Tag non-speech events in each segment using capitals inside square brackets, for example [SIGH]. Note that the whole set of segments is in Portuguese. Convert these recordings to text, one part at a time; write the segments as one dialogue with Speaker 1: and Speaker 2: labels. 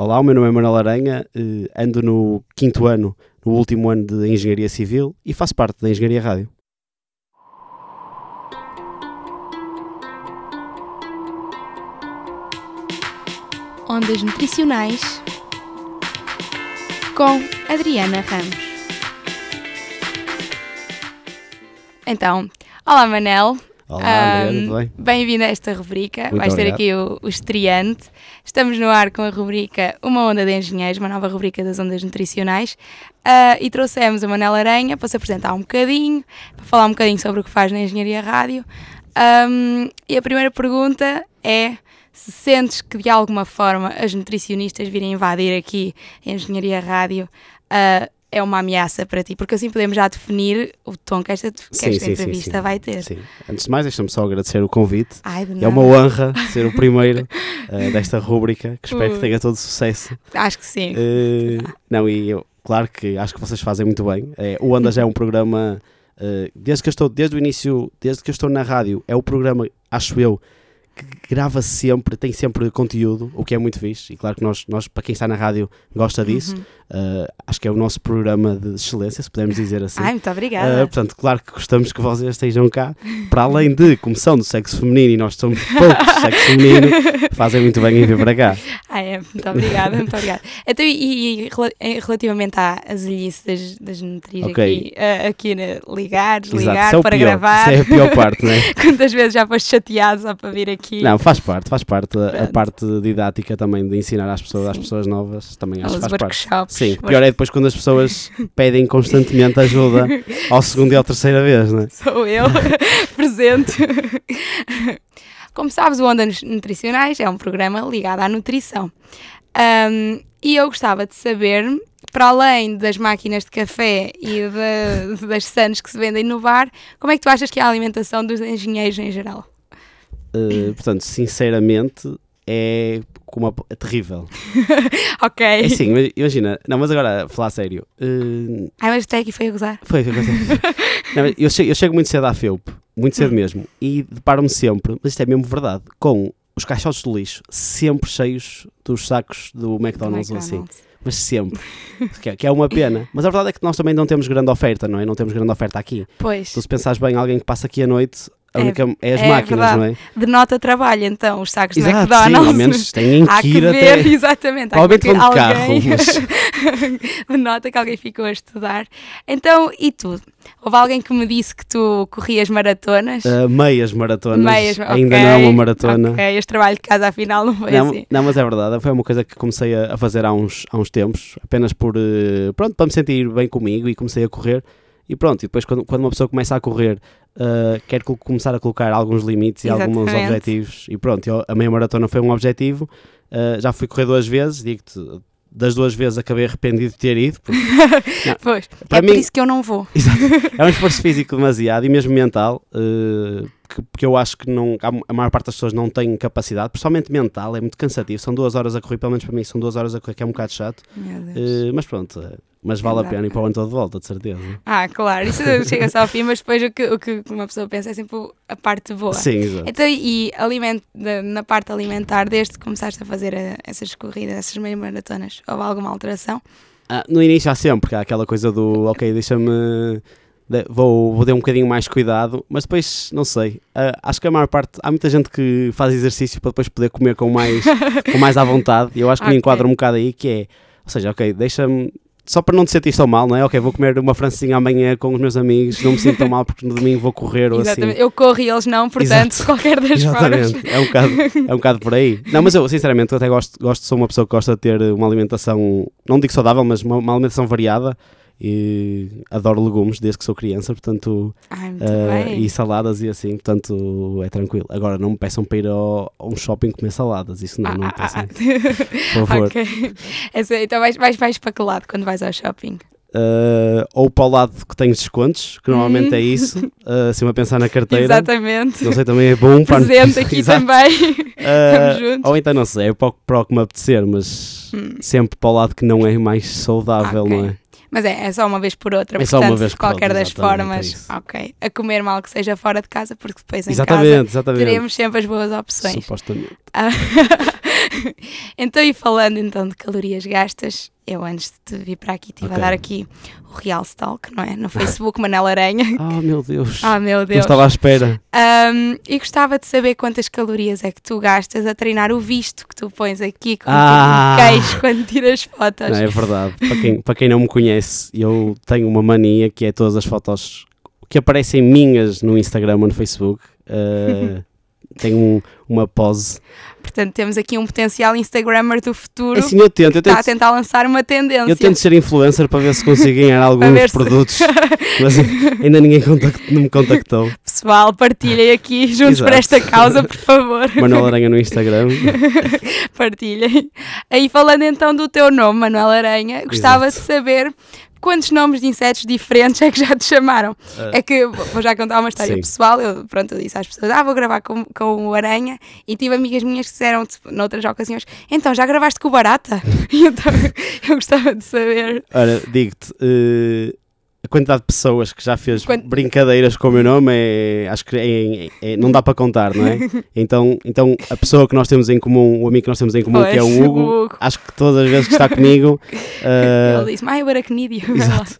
Speaker 1: Olá, o meu nome é Manuel Aranha, eh, ando no quinto ano, no último ano de Engenharia Civil e faço parte da Engenharia Rádio.
Speaker 2: Ondas Nutricionais com Adriana Ramos. Então, olá Manel,
Speaker 1: Olá, Adriana,
Speaker 2: Ahm,
Speaker 1: tudo bem?
Speaker 2: bem-vindo a esta rubrica.
Speaker 1: Muito
Speaker 2: Vais ter
Speaker 1: obrigado.
Speaker 2: aqui o, o estreante. Estamos no ar com a rubrica Uma Onda de Engenheiros, uma nova rubrica das ondas nutricionais. Ah, e trouxemos a Manel Aranha para se apresentar um bocadinho, para falar um bocadinho sobre o que faz na Engenharia Rádio. Ahm, e a primeira pergunta é se sentes que de alguma forma as nutricionistas virem invadir aqui a Engenharia Rádio ah, é uma ameaça para ti, porque assim podemos já definir o tom que esta, que
Speaker 1: Sim,
Speaker 2: esta
Speaker 1: sim, sim,
Speaker 2: entrevista
Speaker 1: sim.
Speaker 2: vai ter.
Speaker 1: Sim. Antes de mais, deixa-me só agradecer o convite.
Speaker 2: Ai, de
Speaker 1: É uma
Speaker 2: nada.
Speaker 1: honra ser o
Speaker 2: [LAUGHS]
Speaker 1: primeiro eh, desta rúbrica, que espero que
Speaker 2: Ui.
Speaker 1: tenha todo sucesso.
Speaker 2: Acho que sim.
Speaker 1: Eh, não, e eu, claro que acho que vocês fazem muito bem. Eh, o Andas é um programa, eh, desde que eu estou, desde o início, desde que eu estou na rádio, é o programa, acho eu, que grava sempre, tem sempre conteúdo, o que é muito fixe. E claro que nós, nós para quem está na rádio, gosta disso.
Speaker 2: Uhum.
Speaker 1: Eh, acho que é o nosso programa de excelência, se pudermos dizer assim.
Speaker 2: Ai, muito
Speaker 1: Eh,
Speaker 2: obrigada.
Speaker 1: portanto, claro que gostamos que vocês estejam cá, para além de comissão do sexo feminino, e nós somos poucos sexo feminino, fazem muito bem em vir para cá.
Speaker 2: Ai, é, muito obrigada, muito obrigada.
Speaker 1: [LAUGHS]
Speaker 2: Então, e, e rela- em- relativamente à azilice das, das nutriz
Speaker 1: Ok.
Speaker 2: aqui, ah, aqui né, ligar,
Speaker 1: Exato,
Speaker 2: desligar,
Speaker 1: isso é o
Speaker 2: para
Speaker 1: pior,
Speaker 2: gravar.
Speaker 1: Isso é a pior parte, não é?
Speaker 2: [LAUGHS] Quantas vezes já foste chateado só para vir aqui?
Speaker 1: Não, faz parte, faz parte. A- A
Speaker 2: Pronto.
Speaker 1: parte didática também de ensinar às pessoas, às
Speaker 2: Sim.
Speaker 1: pessoas novas, também acho
Speaker 2: Aos
Speaker 1: que faz parte.
Speaker 2: workshops.
Speaker 1: Sim, o pior é depois quando as
Speaker 2: [LAUGHS]
Speaker 1: pessoas pedem constantemente ajuda ao segundo e à terceira vez, não é?
Speaker 2: Sou eu, [LAUGHS] presente. Como sabes, o Onda Nutricionais é um programa ligado à nutrição. Ahm, e eu gostava de saber, para além das máquinas de café e da- das sanas que se vendem no bar, como é que tu achas que é a alimentação dos engenheiros em geral?
Speaker 1: Eh, portanto, sinceramente, é, como uma, é
Speaker 2: [LAUGHS]
Speaker 1: terrível.
Speaker 2: Ok.
Speaker 1: É assim, mas imagina, não, mas agora, a falar a sério, eh,
Speaker 2: Ai, mas até aqui foi a gozar.
Speaker 1: Foi, foi,
Speaker 2: [LAUGHS]
Speaker 1: foi. Não, mas eu, chego, eu chego muito cedo à FEUP, muito cedo mesmo, e deparo-me sempre, mas isto é mesmo verdade, com os caixotes de lixo sempre cheios dos sacos do McDonald's, ou assim.
Speaker 2: McDonald's.
Speaker 1: Mas sempre. que, é- que é uma pena. Mas a verdade é que nós também não temos grande oferta, não é? Não temos grande oferta aqui.
Speaker 2: Pois,
Speaker 1: Tu se pensares bem, alguém que passa aqui à noite, a
Speaker 2: É-
Speaker 1: única é as
Speaker 2: é
Speaker 1: máquinas,
Speaker 2: verdade.
Speaker 1: não é?
Speaker 2: denota trabalho então, os sacos do
Speaker 1: Exato, sim,
Speaker 2: McDonald's.
Speaker 1: ao menos têm
Speaker 2: Há
Speaker 1: que
Speaker 2: que
Speaker 1: ir
Speaker 2: ver,
Speaker 1: até.
Speaker 2: [LAUGHS] exatamente. Há que
Speaker 1: Provavelmente
Speaker 2: ver
Speaker 1: vão de carro,
Speaker 2: alguém
Speaker 1: mas
Speaker 2: [LAUGHS] denota que alguém ficou a estudar. Então, e tu? Houve alguém que me disse que tu corrias maratonas?
Speaker 1: ah, meias maratonas.
Speaker 2: Meias,
Speaker 1: ainda
Speaker 2: ok,
Speaker 1: não é uma maratona.
Speaker 2: Ok, este trabalho de casa afinal não foi
Speaker 1: Não,
Speaker 2: assim.
Speaker 1: não, mas é verdade, foi uma coisa que comecei a, a fazer há uns, há uns tempos, apenas por, eh, pronto, para me sentir bem comigo e comecei a correr e pronto, e depois quando, quando uma pessoa começa a correr, eh, quer col- começar a colocar alguns limites e alguns
Speaker 2: Exatamente.
Speaker 1: objetivos e pronto, eu- a meia maratona foi um objetivo, eh, já fui correr duas vezes, digo-te, das duas vezes acabei arrependido de ter ido, porque
Speaker 2: Pois,
Speaker 1: ah, para
Speaker 2: é por
Speaker 1: mim-
Speaker 2: isso que eu não vou.
Speaker 1: é um esforço físico demasiado e mesmo mental, eh, que, porque eu acho que não, há mu- a maior parte das pessoas não tem capacidade, principalmente mental, é muito cansativo. São duas horas a correr, pelo menos para mim, são duas horas a correr, que é um bocado chato,
Speaker 2: Meu Deus.
Speaker 1: eh, mas pronto, eh, mas vale a
Speaker 2: Verdade.
Speaker 1: pena ir para o ano todo de volta, de certeza.
Speaker 2: Ah, claro, isso chega só ao fim, mas depois o que, o que uma pessoa pensa é sempre a parte boa.
Speaker 1: Sim, exato.
Speaker 2: Então, e aliment, na, na parte alimentar, desde que começaste a fazer eh, essas corridas, essas meia maratonas, houve alguma alteração?
Speaker 1: Ah, no início há sempre que há aquela coisa do ok, deixa-me. de- Vou, vou ter um bocadinho mais cuidado, mas depois não sei. Ah, acho que a maior parte. Há muita gente que faz exercício para depois poder comer com
Speaker 2: [LAUGHS]
Speaker 1: mais, com mais à vontade. E eu acho que me
Speaker 2: Ok.
Speaker 1: enquadro um bocado aí, que é. Ou seja, ok, deixa-me. Só para não te sentir tão mal, não é? Ok, vou comer uma francesinha amanhã com os meus amigos, não me sinto tão mal porque no domingo vou correr ou assim.
Speaker 2: [LAUGHS] Exatamente. Eu corro e eles não, portanto,
Speaker 1: Exato.
Speaker 2: qualquer das formas.
Speaker 1: Exatamente, é um, bocado, é um bocado por aí. Não, mas eu, sinceramente, eu até gosto, gosto, sou uma pessoa que gosta de ter uma alimentação, não digo saudável, mas uma, uma alimentação variada. E adoro legumes desde que sou criança, portanto,
Speaker 2: Ai, muito
Speaker 1: eh,
Speaker 2: bem.
Speaker 1: e saladas e assim, portanto, é tranquilo. Agora, não me peçam para ir ao, a um shopping comer saladas, isso não,
Speaker 2: Ah,
Speaker 1: não me
Speaker 2: ah, ah,
Speaker 1: peçam,
Speaker 2: ah.
Speaker 1: por favor.
Speaker 2: [LAUGHS] ok. Essa- Então vais, vais, vais para que lado quando vais ao shopping?
Speaker 1: Eh, ou para o lado que tenho descontos, que normalmente
Speaker 2: Hum.
Speaker 1: é isso, eh, se uma pensar na
Speaker 2: [LAUGHS]
Speaker 1: carteira,
Speaker 2: Exatamente.
Speaker 1: não sei, também é bom para [LAUGHS]
Speaker 2: Presente aqui
Speaker 1: Exato.
Speaker 2: também. [LAUGHS]
Speaker 1: Ah,
Speaker 2: Estamos juntos. Hum.
Speaker 1: Ou então não sei, é para o, para o que me apetecer, mas sempre para o lado que não é mais saudável,
Speaker 2: Ok.
Speaker 1: não é?
Speaker 2: Mas é, é só uma vez por outra,
Speaker 1: É só
Speaker 2: portanto,
Speaker 1: uma vez
Speaker 2: de
Speaker 1: por outra,
Speaker 2: qualquer das
Speaker 1: exatamente, é
Speaker 2: formas,
Speaker 1: isso.
Speaker 2: ok. A comer mal que seja fora de casa, porque depois em
Speaker 1: exatamente,
Speaker 2: casa
Speaker 1: exatamente.
Speaker 2: teremos sempre as boas opções.
Speaker 1: Supostamente.
Speaker 2: Ah, [LAUGHS] então, e falando então de calorias gastas, eu antes de vir para aqui estive
Speaker 1: Ok.
Speaker 2: a dar aqui o Real Stalk, não
Speaker 1: [LAUGHS]
Speaker 2: é? No Facebook, Manela Aranha. [LAUGHS]
Speaker 1: Oh meu Deus.
Speaker 2: Oh meu
Speaker 1: Não
Speaker 2: Deus!
Speaker 1: estava à espera.
Speaker 2: Ahm, e gostava de saber quantas calorias é que tu gastas a treinar o visto que tu pões aqui com
Speaker 1: Ah.
Speaker 2: o queixo quando tiras fotos.
Speaker 1: Não, é verdade. Para quem, para quem não me conhece, eu tenho uma mania que é todas as fotos que aparecem minhas no Instagram ou no Facebook.
Speaker 2: [LAUGHS]
Speaker 1: eh, tenho um- uma pose. É
Speaker 2: Portanto, temos aqui um potencial Instagrammer do futuro
Speaker 1: Assim eu tento, eu
Speaker 2: que está a
Speaker 1: tento,
Speaker 2: tentar lançar uma tendência.
Speaker 1: eu tento ser influencer para ver se consigo
Speaker 2: [LAUGHS]
Speaker 1: ganhar
Speaker 2: ver
Speaker 1: alguns
Speaker 2: se- [LAUGHS]
Speaker 1: produtos, mas ainda ninguém contact- não me contactou.
Speaker 2: Pessoal, partilhem
Speaker 1: [LAUGHS]
Speaker 2: aqui juntos
Speaker 1: Exato.
Speaker 2: para esta causa, por favor.
Speaker 1: [LAUGHS] Manuel Aranha no [LAUGHS] Instagram.
Speaker 2: Partilhem. [LAUGHS] Aí falando então do teu nome, Manuel Aranha, gostava de saber quantos nomes de insetos diferentes é que já te chamaram.
Speaker 1: Ah.
Speaker 2: É que vou já contar uma história
Speaker 1: Sim.
Speaker 2: pessoal. Eu, pronto, eu disse às pessoas: Ah, vou gravar com, com o Aranha. E tive amigas minhas que disseram tipo, noutras ocasiões: Então, já gravaste com o Barata? [LAUGHS] E então eu gostava de saber.
Speaker 1: Ora, digo-te, eh, a quantidade de pessoas que já fez
Speaker 2: Quant-
Speaker 1: brincadeiras com o meu nome é, acho que é- é- é- não dá para contar,
Speaker 2: [LAUGHS]
Speaker 1: não é? Então, então a pessoa que nós temos em comum, o amigo que nós temos em comum, que é o
Speaker 2: Pois,
Speaker 1: Hugo,
Speaker 2: o Hugo.
Speaker 1: acho que todas as vezes que está comigo, eh,
Speaker 2: [LAUGHS] Ele disse: Ah, eu era Cnídio. [LAUGHS]
Speaker 1: exato,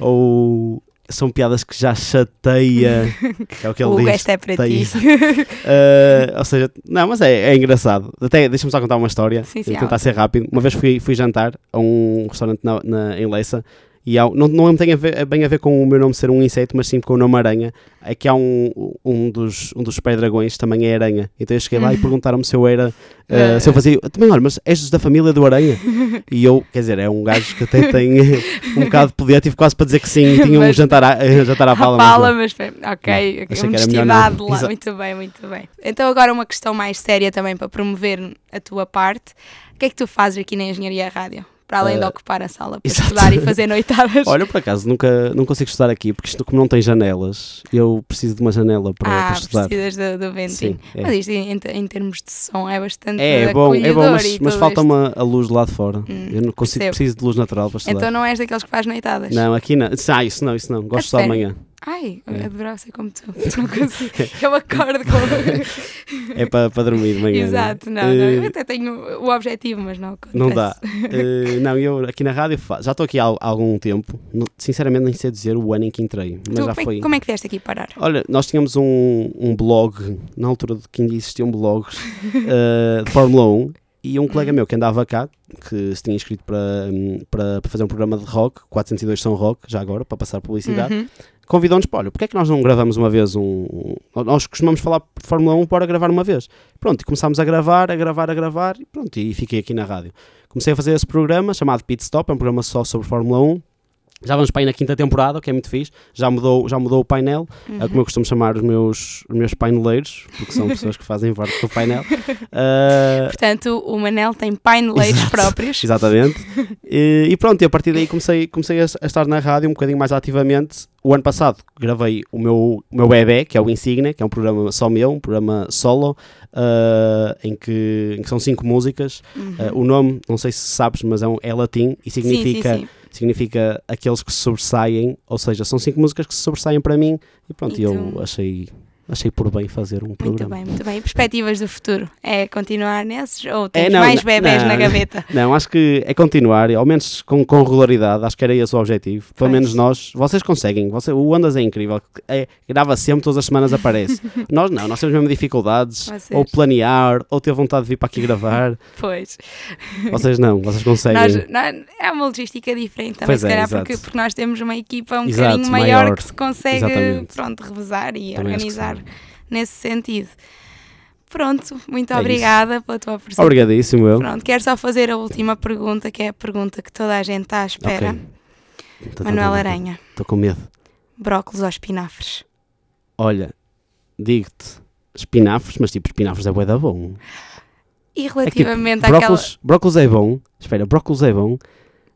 Speaker 1: ou são piadas que já chateia, que é o que ele
Speaker 2: Hugo,
Speaker 1: diz.
Speaker 2: esta é para
Speaker 1: chateia,
Speaker 2: ti.
Speaker 1: exato. [LAUGHS] Eh, ou seja, não, mas é, é engraçado. Até deixa-me só contar uma história.
Speaker 2: Sim, sim,
Speaker 1: Vou tentar
Speaker 2: Alan.
Speaker 1: ser rápido. Uma vez fui, fui jantar a um restaurante na, na- em Leça e há, um- não, não tem a ver- bem a ver com o meu nome ser um inseto, mas sim com o nome aranha. É que há um, um dos, um dos pé-dragões também é aranha. Então eu cheguei
Speaker 2: [LAUGHS]
Speaker 1: lá e perguntaram-me se eu era.
Speaker 2: Ah.
Speaker 1: eh, se eu fazia. Também, olha, mas és da família do
Speaker 2: [LAUGHS]
Speaker 1: aranha? E eu, quer dizer, é um gajo que até tem eh, um bocado de poder. Tive quase para dizer que
Speaker 2: [LAUGHS]
Speaker 1: sim. Tinha um
Speaker 2: Mas-
Speaker 1: jantar à, eh,
Speaker 2: [LAUGHS]
Speaker 1: jantar à
Speaker 2: À
Speaker 1: fala. mas
Speaker 2: fala,
Speaker 1: não.
Speaker 2: mas, foi- ok,
Speaker 1: achei que era
Speaker 2: honestidade
Speaker 1: melhor não.
Speaker 2: lá,
Speaker 1: Exato.
Speaker 2: muito bem, muito bem. Então agora uma questão mais séria também para promover a tua parte. O que é que tu fazes aqui na Engenharia Rádio? Para além de
Speaker 1: Eh,
Speaker 2: ocupar a sala para
Speaker 1: exato.
Speaker 2: estudar e fazer [LAUGHS] noitadas.
Speaker 1: [LAUGHS] Olha, eu, por acaso, nunca, não consigo estudar aqui, porque isto, como não tem janelas, eu preciso de uma janela para,
Speaker 2: ah,
Speaker 1: para estudar.
Speaker 2: precisas do, do ventinho.
Speaker 1: Sim, é.
Speaker 2: Mas isto em, em termos de som é bastante
Speaker 1: É, é bom, é bom,
Speaker 2: acolhedor
Speaker 1: mas,
Speaker 2: e
Speaker 1: mas
Speaker 2: tudo
Speaker 1: falta
Speaker 2: isto.
Speaker 1: uma, a luz lá de fora.
Speaker 2: Hum,
Speaker 1: eu não consigo,
Speaker 2: percebo.
Speaker 1: preciso de luz natural para estudar.
Speaker 2: Então não és daqueles que faz noitadas?
Speaker 1: não, aqui não. Isso- Ah, isso não, isso não. Gosto de estudar de
Speaker 2: sério?
Speaker 1: manhã.
Speaker 2: Ai, eu
Speaker 1: É.
Speaker 2: adorava ser como tu. Não
Speaker 1: [LAUGHS]
Speaker 2: consigo. Eu acordo com...
Speaker 1: É para, para dormir de manhã. não é?
Speaker 2: Exato, não, não. Eu até tenho o objetivo, mas não acontece.
Speaker 1: Não dá. Eh, não, eu aqui na rádio fa- já estou aqui há, há algum tempo. Não- Sinceramente, nem sei dizer o ano em que entrei, mas
Speaker 2: Tu,
Speaker 1: já
Speaker 2: como, é,
Speaker 1: foi.
Speaker 2: que- como é que vieste aqui parar?
Speaker 1: Olha, nós tínhamos um, um blog, na altura de que ainda existiam blogs, eh, de Fórmula 1, e um colega meu que andava cá, que se tinha inscrito para, hum, para, para fazer um programa de rock, 402 São Rock, já agora, para passar publicidade,
Speaker 2: Uhum.
Speaker 1: convidou-nos para, olha, porque é que nós não gravamos uma vez um... um- Nós costumamos falar de Fórmula 1 para gravar uma vez. Pronto, e começámos a gravar, a gravar, a gravar, e pronto, e fiquei aqui na rádio. Comecei a fazer esse programa, chamado Pit Stop, é um programa só sobre Fórmula 1, já vamos para aí na quinta temporada, o que é muito fixe. Já mudou, já mudou o painel, é como eu costumo chamar os meus, os meus paineleiros, porque são pessoas que fazem parte do painel. Ah,
Speaker 2: Portanto, o Manel tem paineleiros próprios.
Speaker 1: Exatamente. E, e pronto, e a partir daí comecei, comecei a, a estar na rádio um bocadinho mais ativamente. O ano passado gravei o meu, o meu bebê, que é o Insignia, que é um programa só meu, um programa solo, ah, em, que, em que são cinco músicas. Ah, o nome, não sei se sabes, mas é, um, é latim e
Speaker 2: Uhum. Sim, sim,
Speaker 1: significa
Speaker 2: sim.
Speaker 1: significa aqueles que se sobressaem, ou seja, são cinco músicas que se sobressaem para mim e pronto,
Speaker 2: Então-
Speaker 1: eu achei, achei por bem fazer um
Speaker 2: Muito
Speaker 1: programa.
Speaker 2: bem, muito bem. E perspectivas do futuro? É continuar nesses ou tens
Speaker 1: É, não,
Speaker 2: mais
Speaker 1: não,
Speaker 2: bebés na
Speaker 1: não.
Speaker 2: gaveta?
Speaker 1: Não, acho que é continuar, ao menos com, com regularidade, acho que era esse o objetivo. Pelo
Speaker 2: Pois.
Speaker 1: menos nós, vocês conseguem, você, o Andas é incrível, é, grava sempre, todas as semanas
Speaker 2: [LAUGHS]
Speaker 1: aparece. nós não, nós temos mesmo dificuldades,
Speaker 2: Vocês.
Speaker 1: ou planear, ou ter vontade de vir para aqui gravar.
Speaker 2: Pois.
Speaker 1: vocês não, vocês conseguem.
Speaker 2: Nós, nós- é uma logística diferente também,
Speaker 1: Pois
Speaker 2: se
Speaker 1: é,
Speaker 2: calhar,
Speaker 1: exato.
Speaker 2: porque, porque nós temos uma equipa um
Speaker 1: Exato,
Speaker 2: bocadinho maior,
Speaker 1: maior.
Speaker 2: que se consegue
Speaker 1: Exatamente.
Speaker 2: pronto, revezar e
Speaker 1: Também acho que
Speaker 2: organizar
Speaker 1: sim.
Speaker 2: nesse sentido. Pronto, muito
Speaker 1: É isso.
Speaker 2: obrigada pela tua presença.
Speaker 1: Obrigadíssimo eu.
Speaker 2: Pronto, quero só fazer a última pergunta, que é a pergunta que toda a gente está à espera.
Speaker 1: então
Speaker 2: Manuel Aranha,
Speaker 1: Estou então, com medo.
Speaker 2: brócolos ou espinafres?
Speaker 1: Olha, digo-te, espinafres, mas tipo, espinafres é bué da bom.
Speaker 2: E
Speaker 1: É que, tipo,
Speaker 2: relativamente àquela.
Speaker 1: brócolis, brócolis é bom, espera, brócolis é bom,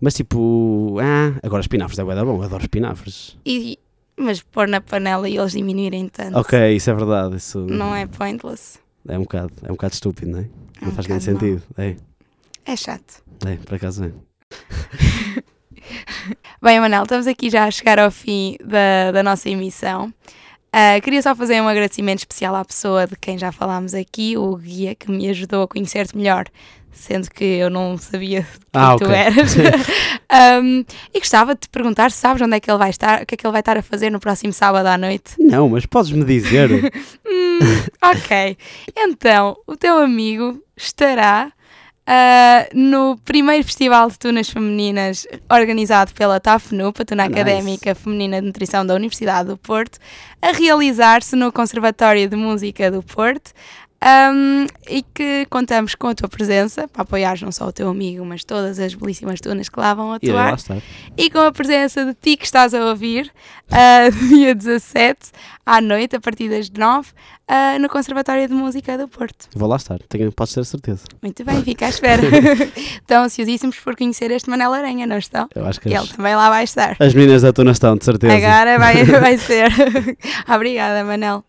Speaker 1: mas tipo, ah, agora espinafres é bué da bom, eu adoro espinafres.
Speaker 2: E, mas pôr na panela e eles diminuírem tanto.
Speaker 1: Ok, isso é verdade, isso
Speaker 2: Não é pointless.
Speaker 1: é um bocado, é um bocado estúpido, não é?
Speaker 2: É
Speaker 1: Não
Speaker 2: um
Speaker 1: faz grande
Speaker 2: bocado mau.
Speaker 1: sentido, é,
Speaker 2: É chato.
Speaker 1: é, por acaso é.
Speaker 2: Bem, Manel, estamos aqui já a chegar ao fim da, da nossa emissão. Ah, queria só fazer um agradecimento especial à pessoa de quem já falámos aqui, o guia que me ajudou a conhecer-te melhor sendo que eu não sabia quem
Speaker 1: Ah,
Speaker 2: tu
Speaker 1: ok.
Speaker 2: eras. [LAUGHS] Um, e gostava de te perguntar se sabes onde é que ele vai estar, o que é que ele vai estar a fazer no próximo sábado à noite.
Speaker 1: Não, mas podes-me
Speaker 2: [LAUGHS]
Speaker 1: dizer.
Speaker 2: Hum, [LAUGHS] ok. Então, o teu amigo estará ah, no primeiro Festival de Tunas Femininas organizado pela TAFNU, a Tuna
Speaker 1: Nice.
Speaker 2: Académica Feminina de Nutrição da Universidade do Porto, a realizar-se no Conservatório de Música do Porto. ahm, e que contamos com a tua presença para apoiar não só o teu amigo, mas todas as belíssimas tunas que lá vão
Speaker 1: e aí, lá
Speaker 2: atuar
Speaker 1: está.
Speaker 2: e com a presença de ti que estás a ouvir, ah, [LAUGHS] dia 17 à noite, a partir das 9, ah, no Conservatório de Música do Porto.
Speaker 1: Vou lá estar, tenho, podes ter certeza.
Speaker 2: Muito bem, fica à espera. estão ansiosíssimos por conhecer este Manel Aranha, não estão?
Speaker 1: Eu acho que
Speaker 2: Ele
Speaker 1: as,
Speaker 2: também lá vai estar.
Speaker 1: as meninas da Tuna estão, de certeza.
Speaker 2: Agora vai, vai ser. [LAUGHS] Obrigada, Manel.